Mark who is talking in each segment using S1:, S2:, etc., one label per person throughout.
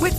S1: With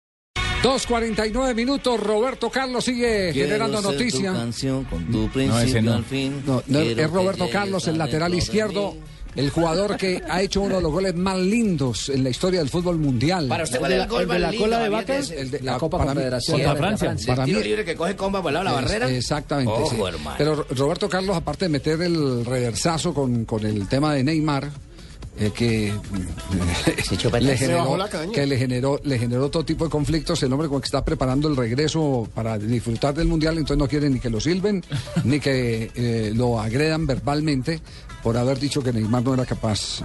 S2: 2.49 minutos, Roberto Carlos sigue generando noticia.
S3: canción con tu
S4: no, ese
S3: principio
S4: no.
S3: al fin.
S2: No, no,
S3: Quiero
S2: es
S3: que
S2: Roberto
S3: llegues
S2: Carlos, el
S3: adentro
S2: lateral
S3: de
S2: izquierdo,
S3: mí.
S2: el jugador que ha hecho uno de los goles más lindos en la historia del fútbol mundial.
S3: Para usted, ¿cuál es el gol más lindo, Javier, ese?
S2: El de la Copa Confederación.
S4: Contra
S2: Para
S4: Francia.
S2: Para
S3: El tiro
S2: mí,
S3: libre que coge comba por el lado de la
S2: Es-
S3: barrera.
S2: Exactamente.
S3: Ojo,
S2: sí.
S3: hermano.
S2: Pero Ro- Roberto Carlos, aparte de meter el reversazo con, con el tema de Neymar. eh, que,
S3: echó para
S2: le
S3: atrás. Se
S2: generó, que le generó le generó todo tipo de conflictos el hombre como que está preparando el regreso para disfrutar del mundial entonces no quiere ni que lo silben ni que eh, lo agredan verbalmente por haber dicho que Neymar no era capaz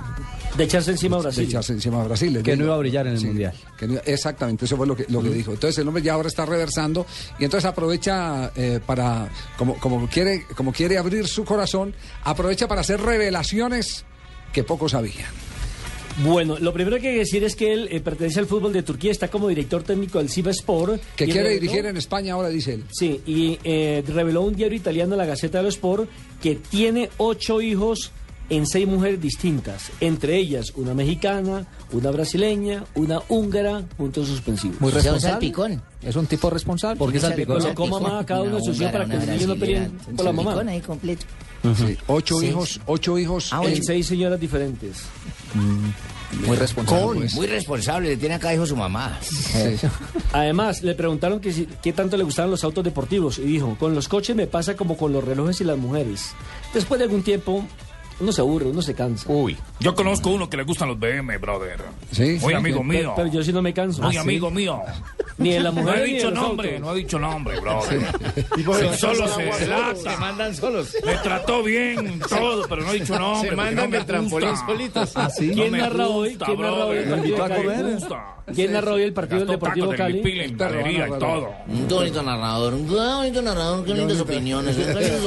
S4: De echarse encima a
S2: de
S4: Brasil.
S2: echarse encima a Brasil. le
S4: Que
S2: digo.
S4: no iba a brillar en el Mundial.
S2: que no- exactamente, eso fue lo que, lo que dijo. Entonces el hombre ya ahora está reversando y entonces aprovecha eh, para, como, como, quiere, como quiere abrir su corazón, aprovecha para hacer revelaciones que pocos sabían.
S4: Bueno, lo primero que hay que decir es que él eh, pertenece al fútbol de Turquía, está como director técnico del Sport.
S2: Que quiere dirigir en España ahora, dice él.
S4: Sí, y eh, reveló un diario italiano, la Gaceta dello Sport, que tiene ocho hijos en seis mujeres distintas, entre ellas una mexicana, una brasileña, una húngara, puntos suspensivos.
S3: Muy responsable. picón.
S5: Es un tipo responsable.
S4: Porque
S3: Ese
S4: salpicón.
S3: salpicón.
S4: Lo coma más a cada uno de sus hijos
S3: húngara,
S4: para que
S3: una
S4: los niños no
S3: brasilera,
S4: peleen
S3: un
S4: por la mamá.
S3: salpicón ahí completo.
S2: Sí, ocho
S3: Sí.
S2: hijos, ocho hijos.
S3: Ah,
S2: en-
S4: En seis señoras diferentes.
S5: Muy responsable.
S2: Con-
S4: pues.
S3: Muy responsable, le tiene acá hijo su mamá.
S2: pues. Sí.
S4: Además, le preguntaron que si- qué tanto le gustaban los autos deportivos y dijo, con los coches me pasa como con los relojes y las mujeres. Después de algún tiempo, uno se aburre, uno se cansa.
S6: Uy, yo conozco uno que le gustan los BM, brother.
S2: Sí,
S6: Muy
S2: sí,
S6: amigo
S2: sí.
S6: mío.
S4: Pero, pero yo Ah, sí no me canso.
S6: Muy amigo mío.
S4: Ni de las
S6: No
S4: mujeres
S6: he
S4: ni de
S6: dicho
S4: los
S6: nombre,
S4: autos.
S6: no he dicho nombre, brother. Se- Solo se delata.
S3: mandan solos.
S6: Me trató bien todo, pero no he dicho nombre. porque no me gusta.
S4: ¿Quién
S6: me
S4: narra hoy?
S6: gusta,
S4: ¿Quién narra hoy el
S6: brother.
S4: partido
S6: No
S4: de
S6: me
S4: Cali?
S6: gusta.
S4: ¿Quién narra hoy el partido del
S6: Gastó
S4: Deportivo
S6: tacos de
S4: Cali?
S6: lipil en galería y todo.
S3: Un bonito narrador, un bonito narrador, qué lindas opiniones, ¿eh? qué lindas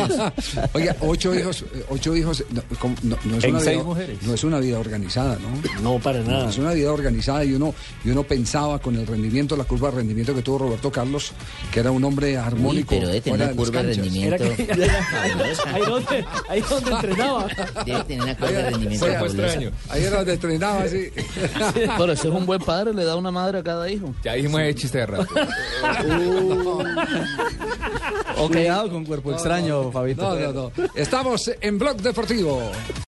S3: opiniones.
S2: Oiga, ocho hijos, eh, ocho hijos, no, como- no- no es
S4: En
S2: una
S4: seis
S2: vida,
S4: mujeres.
S2: no es una vida organizada, ¿no?
S4: No, para
S3: Ah.
S4: nada.
S2: Es una vida organizada y uno, y uno pensaba con el rendimiento, la curva de rendimiento que tuvo Roberto Carlos, que era un hombre
S3: Uy,
S2: armónico.
S3: pero debe
S2: fuera
S3: tener una
S2: las
S3: curva de
S2: canchas.
S4: Era
S3: rendimiento.
S4: que-
S3: fabulosa.
S4: Ahí donde, ahí donde entrenaba.
S3: Debe tener una curva de rendimiento.
S2: Fuera-
S3: fabulosa.
S2: Ahí era donde entrenaba, sí.
S5: Pero si es un buen padre, le da una madre a cada hijo.
S7: Ya dijimos el chiste de rato.
S5: O cuidado con cuerpo extraño, Fabito.
S2: No, no, no. Estamos en Blog Deportivo.